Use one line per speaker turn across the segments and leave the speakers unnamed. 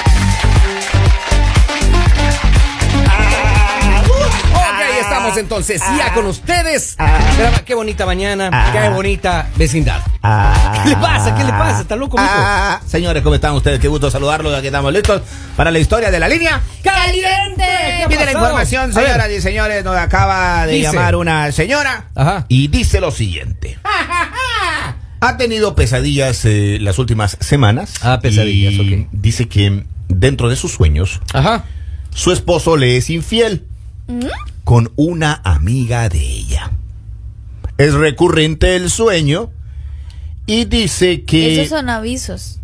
Ah. entonces. Ya con ustedes.
Ah.
Graba, qué bonita mañana.
Ah.
Qué bonita vecindad.
Ah.
¿Qué le pasa? ¿Qué le pasa? ¿Está loco, mijo?
Ah. Señores, ¿cómo están ustedes? Qué gusto saludarlos. Aquí estamos listos para la historia de la línea.
¡Caliente! ¿Qué ha
Viene la
pasado?
información,
A ver.
señoras y señores. Nos acaba de
Dice.
llamar una señora
Ajá.
y dice lo siguiente. Ha tenido pesadillas eh, las últimas semanas.
Ah, pesadillas,
y
ok.
Dice que dentro de sus sueños,
Ajá.
su esposo le es infiel
¿Mm?
con una amiga de ella. Es recurrente el sueño y dice que
Esos son avisos.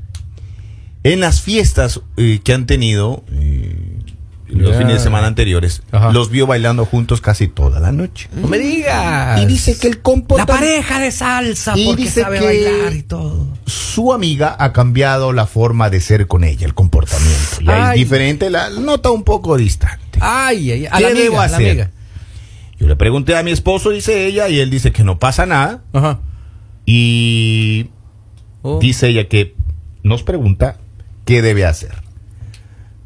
en las fiestas eh, que han tenido eh, los
Ya.
fines de semana anteriores,
Ajá.
los vio bailando juntos casi toda la noche.
No me digas.
Y dice que el
Ah, La
comportamiento...
pareja de salsa
Y
porque
dice
sabe
que-
bailar y todo.
su amiga ha cambiado la forma de ser con ella, el comportamiento. Ya
Ay.
es diferente, la nota un poco distante.
Ay, ay, ay. A
¿Qué
la amiga,
debo
a la
hacer?
amiga.
Yo le pregunté a mi esposo, dice ella, y él dice que no pasa nada.
Ajá.
Y
Oh.
dice ella que nos pregunta qué debe hacer.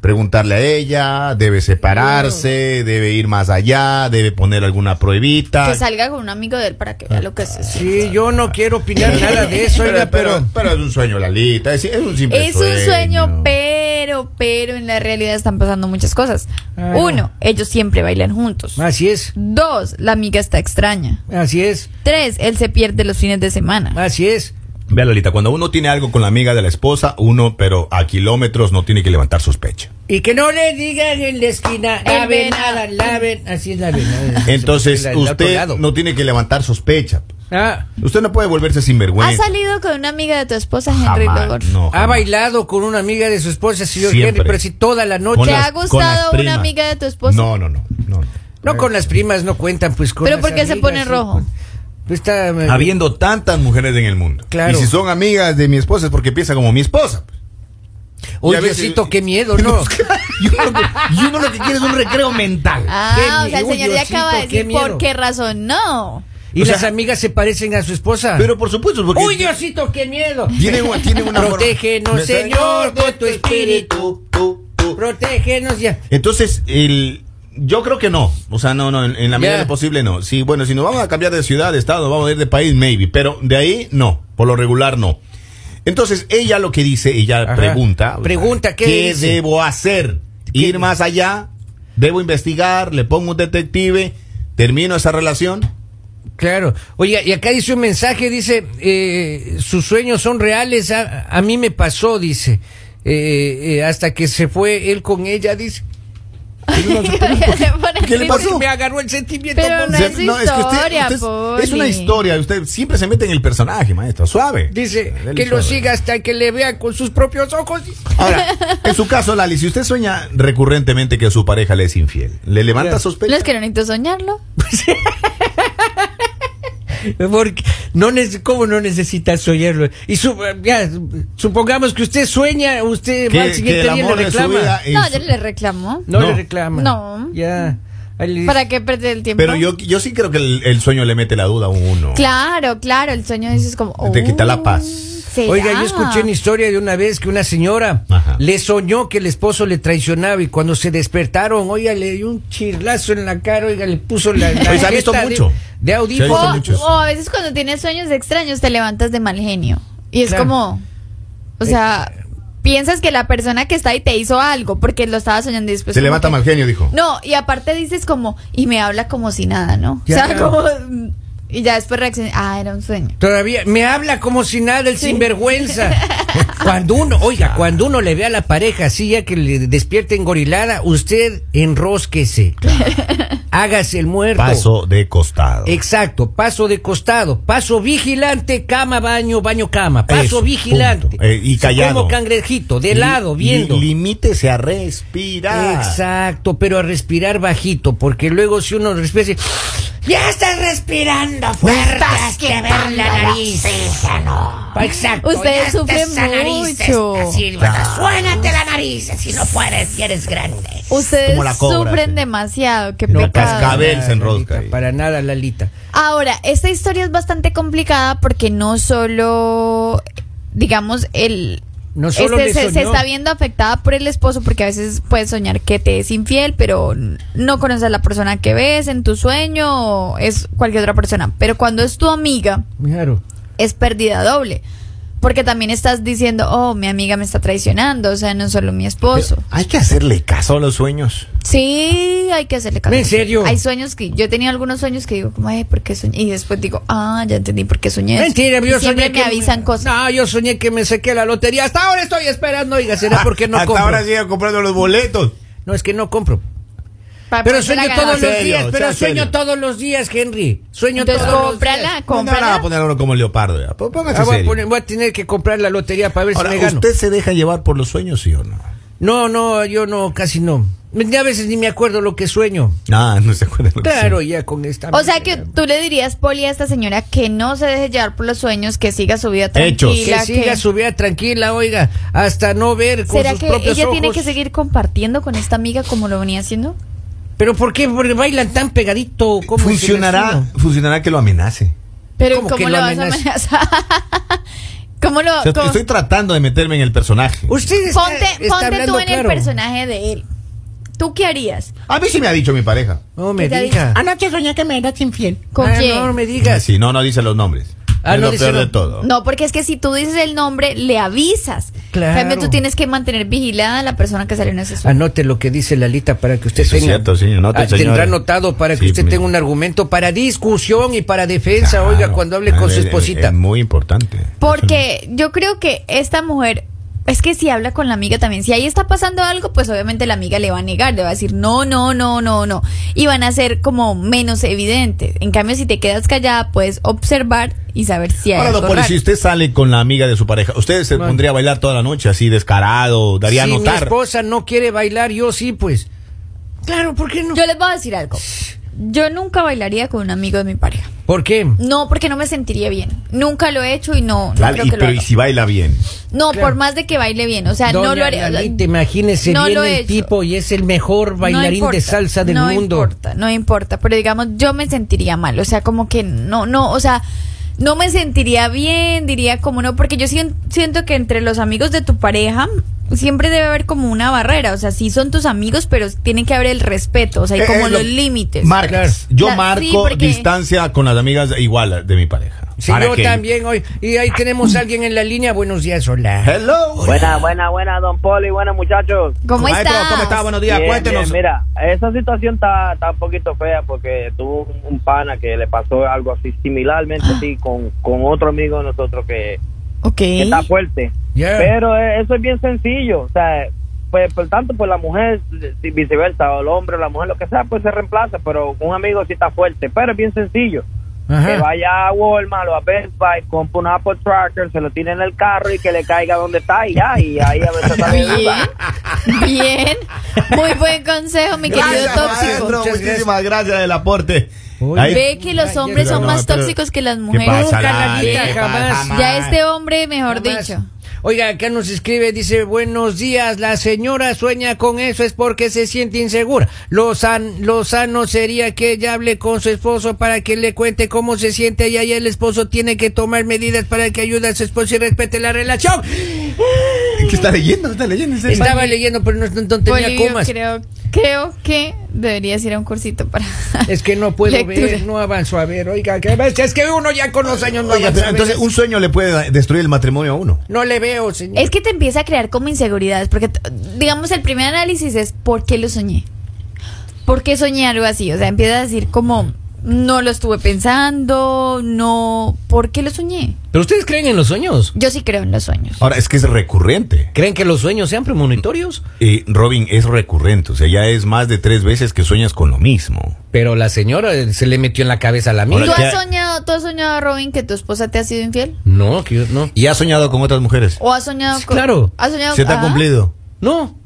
Preguntarle a ella, debe separarse, debe ir más allá, debe poner alguna prohibita.
Que salga con un amigo de él para que vea lo que se siente.
Sí, yo no quiero opinar nada de eso, oiga, pero.
pero es un sueño, Lalita. Es, es un simple
Es un sueño, pero, pero en la realidad están pasando muchas cosas.
Ah, no.
Uno, ellos siempre bailan juntos.
Así es.
Dos, la amiga está extraña.
Así es.
Tres, él se pierde los fines de semana.
Así es.
Vea, Lalita, cuando uno tiene algo con la amiga de la esposa, uno, pero a kilómetros, no tiene que levantar sospecha.
Y que no le digan en la esquina,
El
la ven,
venado.
la- la ven, así es la ven.
Entonces,
Del otro
usted
lado.
no tiene que levantar sospecha.
Ah,
Usted no puede volverse
¿Has
sinvergüenza.
salido con una amiga de tu esposa, Henry
Jamás,
Logor?
no,
ha
jamás.
bailado con una amiga de su esposa, señor
Siempre.
Henry, pero si toda la noche.
Con
¿Te
las-
ha
con las
gustado una
primas.
amiga de tu esposa?
No, no, no. no, no.
No con las primas, no cuentan, pues con
¿Pero
las
por qué se
amigas,
pone
sí,
rojo?
pues, está, eh,
Habiendo tantas mujeres en el mundo.
Claro.
Y si son amigas de mi esposa es porque piensa como mi esposa.
Uy,
Y a veces-
Diosito, qué miedo, ¿no?
Y uno lo que, y uno lo que quiere es un recreo mental.
Ah,
Qué
o sea, el
miedo,
señor ya
Diosito,
acaba
qué
de decir
miedo.
por qué razón no.
Y
O sea-
las amigas se parecen a su esposa.
Pero por supuesto, porque...
Uy, Diosito, qué miedo.
Tiene, una- tiene una forma-
Protégenos, Señor, con tu espíritu.
Tú, tú.
Protégenos ya.
Entonces, el, yo creo que no. O sea, no, no, en, en la medida
Ya.
de lo posible no. Sí, bueno, si nos vamos a cambiar de ciudad, de estado, vamos a ir de país, maybe. Pero de ahí, no. Por lo regular, no. Entonces, ella lo que dice, ella
Ajá.
pregunta.
Pregunta, ¿qué dice?
debo hacer?
¿Qué
¿Ir
dice?
más allá? ¿Debo investigar? ¿Le pongo un detective? ¿Termino esa relación?
Claro. Oye, y acá dice un mensaje, dice, eh, sus sueños son reales, a, a mí me pasó, dice, eh, eh, hasta que se fue él con ella, dice.
¿Qué le pasó?
Me agarró el sentimiento.
Pero
por-
no
Se-
es historia,
es- es,
Poli.
una historia. Usted siempre se mete en el personaje, maesttra. Suave.
Dice,
Dele
que lo
suave. Ah.
siga hasta que le vea con sus propios ojos. dice.
Ahora, en su caso, Lali, si usted sueña recurrentemente que su pareja le es infiel, ¿le levanta
Ya.
sospecha?
Los que no necesito soñarlo.
Porque no nece- ¿Cómo no necesitas oírlo? Y su- ya, supongamos que usted sueña, usted va al
Que, que
siguiente
el
día y le
amor de su
reclama.
vida es-
No, yo le reclamo.
No, le
No.
reclama.
No.
Ya. Ahí le dice,
¿Para qué perder el tiempo?
Mm. Pero yo, yo sí creo que el, el sueño le mete la duda a uno.
Claro, claro, el sueño dices como. "Oh,
Te quita la paz.
¿será?
Oiga, yo escuché una historia de una vez que una señora
Ajá.
le soñó que el esposo le traicionaba y cuando se despertaron, oiga, le dio un chirlazo en la cara, oiga, le puso la. la
Pues se ha visto
jeta de-
mucho.
De, audífono.
Se ha visto
O,
muchos.
o a veces cuando tienes sueños extraños te levantas de mal genio. Y es
Claro.
como. O sea,
Eh.
piensas que la persona que está ahí te hizo algo porque lo estaba soñando y después.
Se
como
levanta
que-
mal genio, dijo.
No, y aparte dices como. Y me habla como si nada, ¿no?
Ya,
o sea,
claro.
como. mm, Y ya después reaccionas. Ah, era un sueño.
Todavía me habla como si nada el sinvergüenza. Cuando uno,
Ah.
oiga, cuando uno le ve a la pareja así ya que le despierte engorilada, usted enrosquese. Hágase el muerto.
Paso de costado.
Exacto, paso de costado, paso vigilante, cama, baño, baño, cama, paso
Eso,
vigilante.
punto. Eh, y
Sí,
callado.
Como cangrejito, de
Li-
lado,
li-
viendo.
limítese a respirar.
Exacto, pero a respirar bajito, porque luego si uno respira así, ya estás respirando fuerte,
Estás que ver la nariz, hija, no.
pa- exacto.
Ustedes
ya.
sufren
Esa nariz
mucho.
está silbada. Suénate la nariz, si no puedes, y eres grande.
Ustedes
Como la cobra,
sufren
sí.
demasiado, qué
No,
pecado.
cascabel. Abel se enrosca
Lalita,
ahí.
Para nada, Lalita.
Ahora, esta historia es bastante complicada porque no solo, digamos, el
No solo
este,
le
se, se
soñó.
está viendo afectada por el esposo porque a veces puedes soñar que te es infiel, pero no conoces a la persona que ves en tu sueño o es cualquier otra persona. Pero cuando es tu amiga,
Claro.
es pérdida doble. Porque también estás diciendo, oh, mi amiga me está traicionando, o sea, no es solo mi esposo.
Hay que hacerle caso a los sueños.
Sí, hay que hacerle caso.
¿En serio?
Hay sueños que yo he tenido algunos sueños que digo, como, ay, ¿por qué soñé? Y después digo, ah, ya entendí por qué soñé. eso".
Mentira,
Y
yo
siempre
soñé
me
que
avisan cosas.
No, yo soñé que me saqué la lotería. Hasta ahora estoy esperando, oiga, será porque no
Hasta
compro.
ahora sigue comprando los boletos.
No, es que no compro.
Para
Pero
ponerse
sueño
la
todos
ganadora.
los
Serio,
días, pero
sea
sueño
serio.
todos los días, Henry. Sueño
Entonces
todos los
cómprala,
días.
No, van a
cómprala.
poner a uno como leopardo. ya. P- Póngase
Ah, voy, a
serio.
poner- voy a tener que comprar la lotería para ver
Ahora,
si me gano.
¿usted se deja llevar por los sueños, sí o no?
No, no, yo no, casi no. Ni A veces ni me acuerdo lo que sueño.
Ah, no se acuerda. lo que
Claro,
sí.
ya con esta.
O sea que tú le dirías, Poli, a esta señora que no se deje llevar por los sueños, que siga su vida
Hechos.
tranquila.
Que siga su vida tranquila, oiga, hasta no ver con
¿Será
sus
que
propios
ella tiene
ojos.
que seguir compartiendo con esta amiga como lo venía haciendo?
Pero ¿por qué? Porque bailan tan pegadito. ¿Cómo es el
Funcionará,
asunto?
funcionará que lo amenace.
Pero
¿Cómo
¿cómo,
que
lo
lo
vas a
amenazas?
amenazar? ¿Cómo lo.?
O sea,
cómo-
estoy tratando de meterme en el personaje.
Usted está,
Ponte,
está
ponte
hablando
tú en el
claro.
personaje de él. ¿Tú qué harías?
A mí sí me ha dicho mi pareja.
No me
¿Qué te
diga.
Anoche soñé que me eras infiel.
¿Con
Ah,
quién?
No me digas.
Sí, no, no dice los nombres.
Ah,
es
no
lo
dice
peor
los-
de todo.
No, porque es que si tú dices el nombre, le avisas.
Claro.
En cambio, tú tienes que mantener vigilada a la persona que salió en ese
Ah,
sueño.
Anote lo que dice Lalita para que usted
Eso es
tenga.
cierto, sí, anote,
Ah, tendrá
señores.
anotado para que
Sí,
usted
me-
tenga un argumento para discusión y para defensa,
Claro. eh,
oiga, cuando hable con
Ah, Es-
su
es-
esposita.
Es muy importante.
Porque yo creo que esta mujer. Es que si habla con la amiga también, si ahí está pasando algo, pues obviamente la amiga le va a negar, le va a decir no, no, no, no, no. Y van a ser como menos evidentes. En cambio, si te quedas callada, puedes observar y saber si hay
Ahora, don
algo
Poli,
raro.
si usted sale con la amiga de su pareja, ¿usted se
Bueno.
pondría a bailar toda la noche así descarado? ¿Daría
si
a
mi
notar?
esposa no quiere bailar, yo sí, pues. Claro, ¿por qué no?
Yo les voy a decir algo. Yo nunca bailaría con un amigo de mi pareja.
¿Por qué?
No, porque no me sentiría bien. Nunca lo he hecho y no, no
Claro,
creo
y,
que lo
pero ¿y
haga.
si baila bien?
No,
Claro.
por más de que baile bien, o sea, no
Doña
lo haré. o sea,
Lalita, imagínese
no
bien
lo he
el
hecho.
tipo y es el mejor
No
bailarín
importa,
de salsa del
no
mundo.
importa, no importa, pero digamos, yo me sentiría mal, o sea, como que no, no, o sea, no me sentiría bien, diría como no, porque yo sien- siento que entre los amigos de tu pareja siempre debe haber como una barrera, o sea, sí son tus amigos, pero tiene que haber el respeto, o sea, y
Eh,
como
eh,
los
lo-
límites.
Marcas. Yo
La- sí,
marco
porque-
distancia con las amigas igual de mi pareja.
Si
Para
yo
que-
también hoy. Y ahí tenemos a alguien en la línea. Buenos días, hola.
Hello.
Buena, buena, buena, don Poli, buena muchachos.
¿Cómo
Maestro,
estás?
¿Cómo está? Buenos días.
Bien,
Cuéntenos.
bien, mira, esa situación está, está un poquito fea porque tuvo un, un pana que le pasó algo así, similarmente así, con, con otro amigo de nosotros que,
Ok.
que está fuerte.
Ya.
Pero eh, eso es bien sencillo, o sea, pues por tanto, pues la mujer, si viceversa, o el hombre, o la mujer, lo que sea, pues se reemplaza, pero un amigo sí está fuerte, pero es bien sencillo. Que
eh,
Ajá.
vaya a Walmart o a Best Buy, compra un Apple Tracker, se lo tiene en el carro y que le caiga donde está y ya, y ahí a veces también
Bien, bien. Muy buen consejo, mi querido
Gracias,
tóxico.
maestro.
Muchas
Muchísimas gracias del aporte.
Uy.
Ve que los hombres
Pero
son
no,
más
pero-
tóxicos que las
¿Qué
mujeres.
pasa,
Nunca la
Lali?
vida,
¿Qué
jamás.
pasa,
Ya este hombre, mejor
Jamás.
dicho.
Oiga, acá nos escribe, dice, buenos días, la señora sueña con eso es porque se siente insegura. Lo, san- lo sano sería que ella hable con su esposo para que le cuente cómo se siente y ahí el esposo tiene que tomar medidas para que ayude a su esposo y respete la relación.
¿Qué está leyendo? ¿Está leyendo? ¿En serio?
Estaba leyendo, pero no, no tenía
Poli, yo
comas.
creo, creo que deberías ir a un cursito para.
Es que no puedo
Lectura.
ver, no avanzo a ver. Oiga, que ves, es que uno ya con los años no
Oiga,
avanza
pero
a ver.
entonces, un sueño le puede da- destruir el matrimonio a uno.
No le veo, señor.
Es que te empieza a crear como inseguridades. Porque, t- digamos, el primer análisis es: ¿por qué lo soñé? ¿Por qué soñé algo así? O sea, empiezas a decir como. No lo estuve pensando, no. ¿Por qué lo soñé?
Pero ustedes creen en los sueños.
Yo sí creo en los sueños.
Ahora, es que es recurrente.
¿Creen que los sueños sean premonitorios?
Eh, Robin, es recurrente. O sea, ya es más de tres veces que sueñas con lo mismo.
Pero la señora eh, se le metió en la cabeza a la
Ahora,
mía.
¿Tú
¿qué
has
ha-
soñado, tú has soñado, Robin, que tu esposa te ha sido infiel?
No, que yo no.
¿Y has soñado con otras mujeres?
¿O has soñado
Sí, claro.
¿Has soñado Ah,
¿Se te ha
ajá.
cumplido?
No.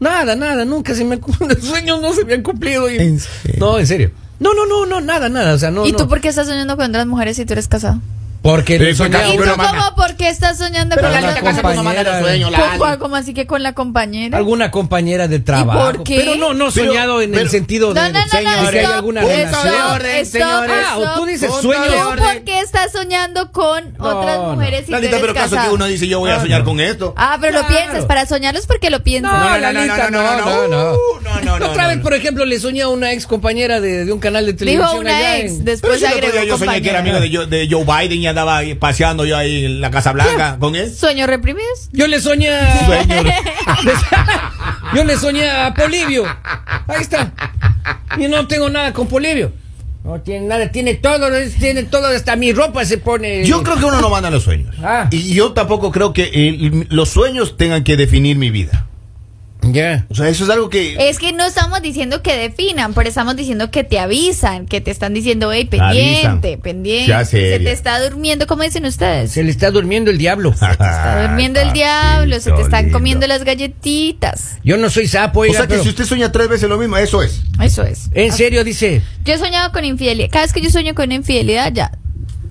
Nada, nada, nunca se me han cumplido. Los sueños no se me han cumplido. y-
¿En serio?
No, en serio. No, no, no, no, nada, nada. O sea, no.
¿Y
no.
tú por qué estás soñando con otras mujeres si tú eres casado?
Porque
Pero
lo
eso
soñaba
acá-
¿Y
uno.
tú
pero manda-
cómo? ¿Por qué estás soñando
Pero
con
la
la
cosa
compañera?
cuando manda los sueños,
¿Cómo- cómo así que con la compañera?
alguna compañera de trabajo.
por qué?
Pero no, no
Pero-
soñado en el
pero-
sentido de
No, no, no, no,
de que hay
stop,
alguna
stop,
relación.
stop,
orden,
stop,
señores.
Ah, o tú dices
Punto
¿Tú
sueño.
de orden.
por qué estás soñando con
No,
otras
no.
mujeres y
Lalita,
tú
pero
eres
caso que
casado?
uno dice yo voy a soñar con esto.
Ah, pero lo
Claro.
piensas. Para soñarlo es porque lo piensas.
No,
no, no,
Lalita, no,
no, no,
no, no.
no, no, no,
Otra
no,
vez,
no.
por ejemplo, le soñé a una ex compañera de, de un canal de televisión.
Dijo una
allá
ex.
en-
Después
si el otro
Pues agregó
día yo soñé que era amigo
compañera.
de Joe, de Joe Biden y andaba ahí paseando yo ahí en la Casa Blanca con él.
¿Sueños reprimidos?
Yo le soñé a... Yo le soñé a Polivio. Ahí está. Y no tengo nada con Polivio. No tiene nada, tiene todo, tiene todo, hasta mi ropa se pone.
Yo creo que uno no manda los sueños.
Ah.
Y yo tampoco creo que eh, los sueños tengan que definir mi vida.
Ya.
O sea, eso es algo que...
Es que no estamos diciendo que definan, pero estamos diciendo que te avisan, que te están diciendo, hey,
Avisan.
pendiente, pendiente.
Ya
se
seria.
te está durmiendo, como dicen ustedes.
Se le está durmiendo el diablo.
Está durmiendo
ah,
el diablo, se te
Papito
están
Ah, lindo.
comiendo las galletitas.
Yo no soy sapo,
O
oiga,
sea, que
pero-
si usted sueña tres veces lo mismo, eso es.
Eso es.
En serio, dice.
Yo he soñado con infidelidad. Cada vez que yo sueño con una infidelidad, ya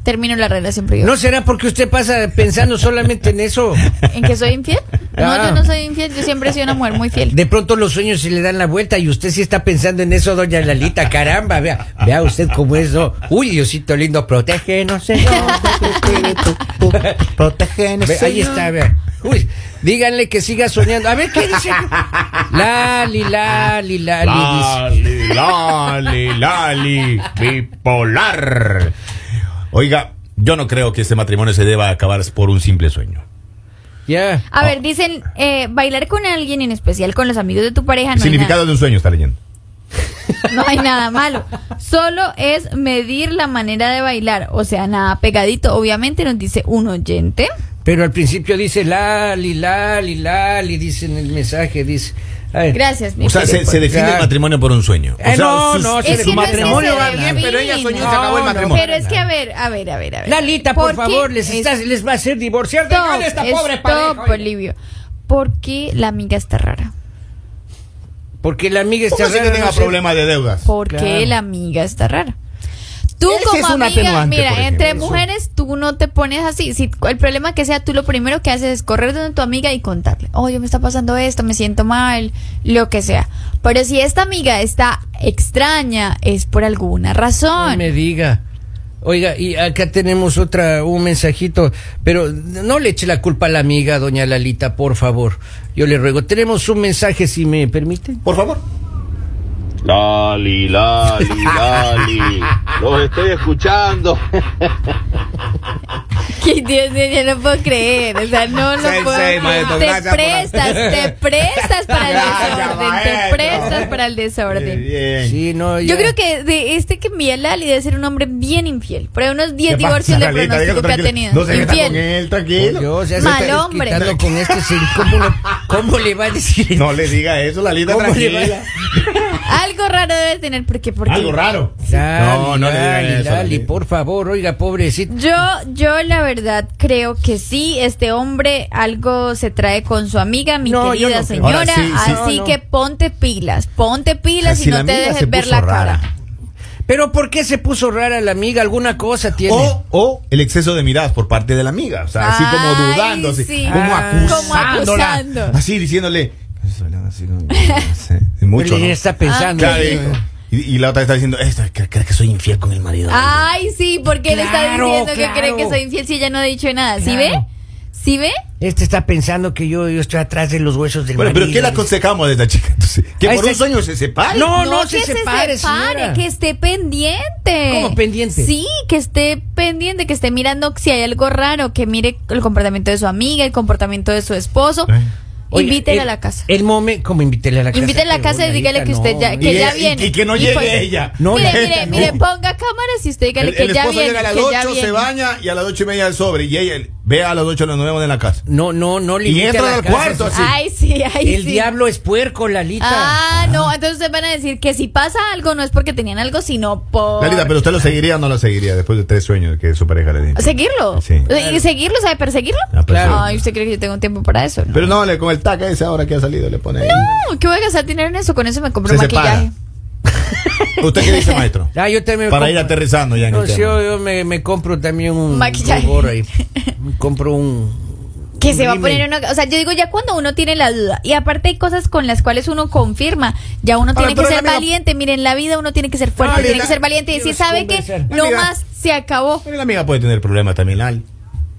termino la relación privada.
¿No será porque usted pasa pensando solamente en eso?
¿En que soy infiel? No,
Ah.
yo no soy infiel. Yo siempre he sido una mujer muy fiel.
De pronto los sueños se le dan la vuelta y usted sí está pensando en eso, doña Lalita. Caramba, vea, vea usted cómo es. ¿no? Uy, Diosito lindo, protégenos, Señor.
Protegenos.
Ve, ahí está, vea. Uy, díganle que siga soñando. A ver qué dice. Lali, Lali, Lali. dice.
Lali, Lali, Lali, bipolar. Oiga, yo no creo que este matrimonio se deba acabar por un simple sueño.
Ah,
Ya.
A ver, dicen, eh, bailar con alguien en especial, con los amigos de tu pareja,
El
no hay,
significado
nada,
de un sueño está leyendo.
no hay nada malo. Solo es medir la manera de bailar. O sea, nada pegadito. Obviamente nos dice un oyente.
Pero al principio dice Lali, Lali, Lali, dice en el mensaje, dice. A ver.
Gracias, mi
O sea, se,
querido.
se define el matrimonio por un sueño. O
Eh,
sea,
no,
sus-
no,
sus-
se
Es
le-
que
su
no es que
matrimonio
se
va bien,
define.
pero ella soñó y se
No,
acabó el
no,
matrimonio.
Pero es que, a ver, a ver, a ver, a ver.
Lalita, por,
qué
favor, les,
es-
estás- les va a hacer divorciar.
Stop,
Déjale a esta pobre
stop,
pareja. oiga.
Polivio. ¿Por qué la amiga está rara?
Porque la amiga está
Póngase que
rara,
tenga
no sé.
problemas de deudas.
¿Por
Claro.
qué la amiga está rara? Tú
Ese
como
es un
amiga,
atenuante, por
mira,
ejemplo,
entre
eso.
mujeres tú no te pones así. Si el problema que sea, tú lo primero que haces es correr donde tu amiga y contarle, oh, yo me está pasando esto, me siento mal, lo que sea. Pero si esta amiga está extraña, es por alguna
No
razón.
me diga. Oiga, y acá tenemos otra, un mensajito, pero no le eche la culpa a la amiga, doña Lalita, por favor. Yo le ruego, tenemos un mensaje, si me permiten.
Por favor.
Lali, Lali, Lali. Los estoy escuchando.
Que Dios mío, yo no puedo creer. O sea, no lo
Sí, sí,
puedo
maestro,
Te
gracias por-
prestas, te prestas para el
Gracias,
desorden. Te
maestro.
prestas para el desorden.
Bien.
Sí, no,
Yo
ya.
creo que de este que envía Lali debe ser un hombre bien infiel. Pero hay unos 10
¿Qué
divorcios
pasa,
de
Lalita?
pronóstico que ha
Dígalo
tenido.
tranquilo. No se meta con
infiel. Oh,
él,
Por
tranquilo.
Dios, Pues ya se
Mal
está
hombre.
desquitando con este, se- ¿cómo, le- cómo le va a decir?
No le diga eso, Lalita,
¿Cómo le va?
tranquila.
Algo raro debe tener porque porque
Algo raro.
Lali,
no, no le diga
Lali,
eso.
Lali,
Lalita.
por favor, oiga, pobrecito.
Yo yo la verdad creo que sí este hombre algo se trae con su amiga mi
No, yo
querida
no creo.
señora,
Ahora sí, sí.
así
No, no.
que ponte pilas, ponte
O sea,
pilas
si
y
la
no te
amiga se
dejes ver
puso
la
rara.
cara.
Pero ¿por qué se puso rara la amiga? ¿Alguna cosa tiene?
O, o el exceso de miradas por parte de la amiga. O sea, así como
Ay,
dudando, así,
sí.
como
Ah.
acusándola.
Como acusando.
Así diciéndole. "Estás hablando así como- no sé, Mucho.
Él
¿no?
está pensando.
Claro, y, y la otra está diciendo, "Esto, cre- ¿crees que soy infiel con el marido?
Ay, sí, porque él está
Claro,
diciendo
claro.
que cree que soy infiel si ella no ha dicho nada. ¿Sí ve?
Claro.
¿Sí ve?
Este está pensando que yo, yo estoy atrás de los huesos del
Bueno, pero ¿qué
marido.
le aconsejamos a esta chica? Entonces, que
Ahí
por
está.
un sueño se separe.
No, no, se separe, señora.
que esté pendiente.
¿Cómo pendiente?
Sí, que esté pendiente, que esté mirando si hay algo raro, que mire el comportamiento de su amiga, el comportamiento de su esposo.
Eh.
Oye,
Invítela
el-
a la casa.
El momento, ¿cómo invítele a la casa?
Invítela a la
Qué
casa y
bonita,
dígale que
no,
usted ya,
no.
que
Y-
ya
y-
viene. pues,
y que no llegue ella.
No,
mire,
la-
mire,
no.
mire, ponga cámaras y usted dígale
El,
que
el
ya
esposo
viene.
llega a las
que ya
8, se
viene.
baña y a las 8 y media del sobre. Y ella ve a las 8 nos vemos en la casa.
No, no, no le
Y
invite
entra
a la
al
casa,
cuarto,
eso-
así.
Ay, sí, ay,
El
sí.
diablo es puerco, Lalita.
Ah, no, entonces ustedes van a decir que si pasa algo no es porque tenían algo, sino por
Lalita, pero usted lo seguiría o no lo seguiría después de tres sueños que su pareja le dijo.
seguirlo.
Sí.
O sea, ¿y ¿Seguirlo? ¿Sabe perseguirlo?
Ah, perseguirlo.
Ay, ¿usted cree que yo tengo tiempo para eso? No,
Pero no, le, con el taca ese ahora que ha salido le pone ahí.
No, ¿qué voy a gastar dinero en eso? Con eso me compro
Se
maquillaje.
separa. ¿Usted qué dice, maestro?
Ah, yo también
Para
compro-
ir aterrizando ya en
No,
el
sí,
tema.
yo, yo me, me compro también un
Maquillaje.
rubor ahí. Compro un.
Que se va a
Rímel.
poner una. O sea, yo digo, ya cuando uno tiene la duda, y aparte hay cosas con las cuales uno confirma, ya uno tiene
pero
que ser
amiga-
valiente. Miren, en la vida uno tiene que ser fuerte,
Amiga,
tiene que ser valiente y decir,
Dios,
¿sabe qué?
conversar.
No
Amiga.
más, se acabó.
Pero La amiga puede tener problemas también, Lali.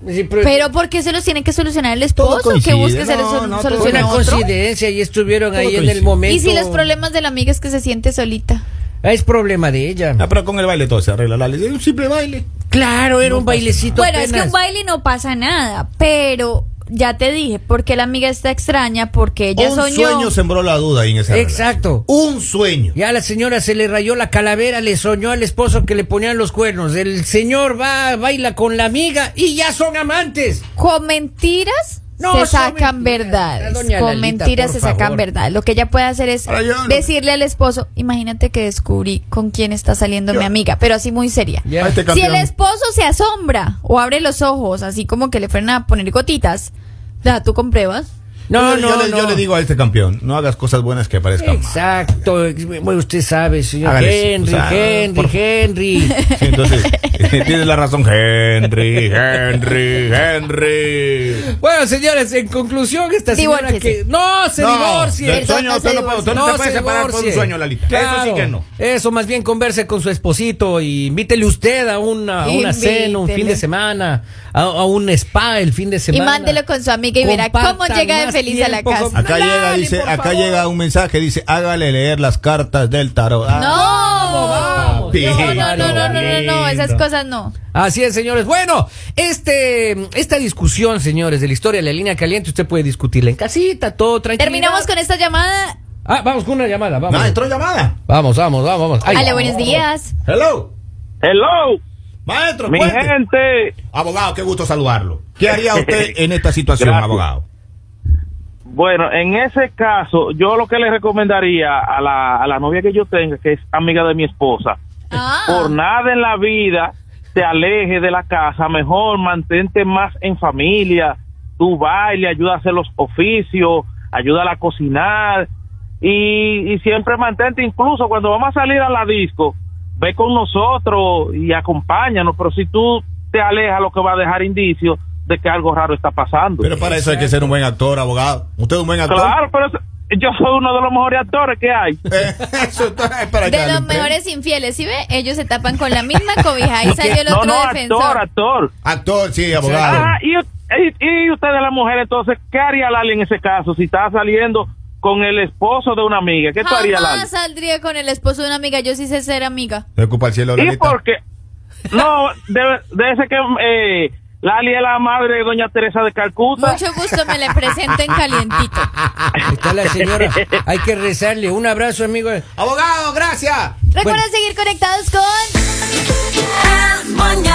Sí,
Pero ¿por qué se los tiene que solucionar el esposo?
coincide.
Que busque se
No,
los sol-
no, todo
fue
solucione
una
otro.
coincidencia y estuvieron
Todo
ahí en el
coincide.
momento.
Y si los problemas de la amiga es que se siente solita.
Ah, Es problema de ella.
Ah, pero con el baile todo se arregla, Lali. Es un simple baile.
Claro, era un bailecito.
Bueno, es que
apenas.
un baile no pasa nada, pero ya te dije, porque la amiga está extraña, porque ella
un
soñó.
sueño sembró la duda ahí en esa
Exacto.
relación. Un sueño.
Ya a la señora se le rayó la calavera, le soñó al esposo que le ponían los cuernos. El señor va, baila con la amiga y ya son amantes.
Con mentiras
No,
se
son
sacan
mentiras,
verdades.
doña
Con
Lalita,
mentiras
por
se sacan
favor.
verdades. Lo que ella puede hacer es
Ahora yo no-
decirle al esposo, imagínate que descubrí con quién está saliendo
Yo-
mi amiga, pero así muy seria.
Ya.
A este
Si
campeón.
el esposo se asombra o abre los ojos, así como que le fueron a poner gotitas, da, tú compruebas.
No,
yo,
no,
yo le,
no.
yo le digo a este campeón, no hagas cosas buenas que aparezcan mal.
Exacto. Bueno, usted sabe, señor
Hágale,
Henry,
o sea,
Henry,
por-
Henry.
Sí, entonces, tienes la razón, Henry, Henry, Henry.
Bueno, señores, en conclusión, esta señora
Divórciese.
que. ¡No! ¡Se divorcie!
del sueño usted no, puede- usted no
No
te puede
se
separar por un
divorcie.
sueño, Lalita. Eso sí
Claro.
que no.
Eso, más bien converse con su esposito y invítele usted a una, a una
Invítele.
cena, un fin de semana, a, a un spa el fin de semana.
Y mándelo con su amiga y verá cómo
Compartan
llega de
más
feliz a la
tiempo
casa.
con-
Acá
Lali,
llega, dice,
por
acá
favor.
llega un mensaje, dice, hágale leer las cartas del tarot. Ah,
No, no,
Papi,
no, no, no, no, no, no, esas
lindo.
cosas no.
Así es, señores. Bueno, este, esta discusión, señores, de la historia de la línea caliente, usted puede discutirla en casita, todo tranquilo.
Terminamos con esta llamada.
Ah, vamos con una llamada, vamos.
No, entró llamada.
Vamos, vamos, vamos, Ah, vamos. Ay,
Hola, buenos días.
Hello.
Hello,
Maestro,
mi
cuente.
gente.
Abogado, qué gusto saludarlo. ¿Qué haría usted en esta situación,
Gracias.
abogado?
Bueno, en ese caso, yo lo que le recomendaría a la, a la novia que yo tenga, que es amiga de mi esposa,
Ah.
por nada en la vida te aleje de la casa, mejor mantente más en familia, tú baile, ayuda a hacer los oficios, ayúdala a cocinar y, y siempre mantente, incluso cuando vamos a salir a la disco, ve con nosotros y acompáñanos, pero si tú te alejas lo que va a dejar indicios de que algo raro está pasando.
Pero para eso hay que ser un buen actor, abogado. ¿Usted es un buen actor?
Claro, pero eso- yo soy uno de los mejores actores que hay.
Eh, eso está- es para
De
darle
los
un premio.
mejores infieles, ¿sí ve? Ellos se tapan con la misma cobija y salió el
No,
otro
no, actor,
defensor.
actor.
Actor, sí, abogado.
Ah, y, y, y ustedes las mujeres, entonces, ¿qué haría Lali en ese caso si está saliendo con el esposo de una amiga? ¿Qué tú harías, Lali?
Jamás saldría con el esposo de una amiga, yo sí sé ser amiga.
Me ocupa el cielo,
¿Y
Lalita.
por qué? No, debe, debe ser que eh, Lali es la madre de doña Teresa de Calcuta.
Mucho gusto, me le presenten calientito.
Está la señora. Hay que rezarle. Un abrazo, amigo.
Abogado, gracias.
Recuerden
Bueno.
seguir conectados con...
El mañanero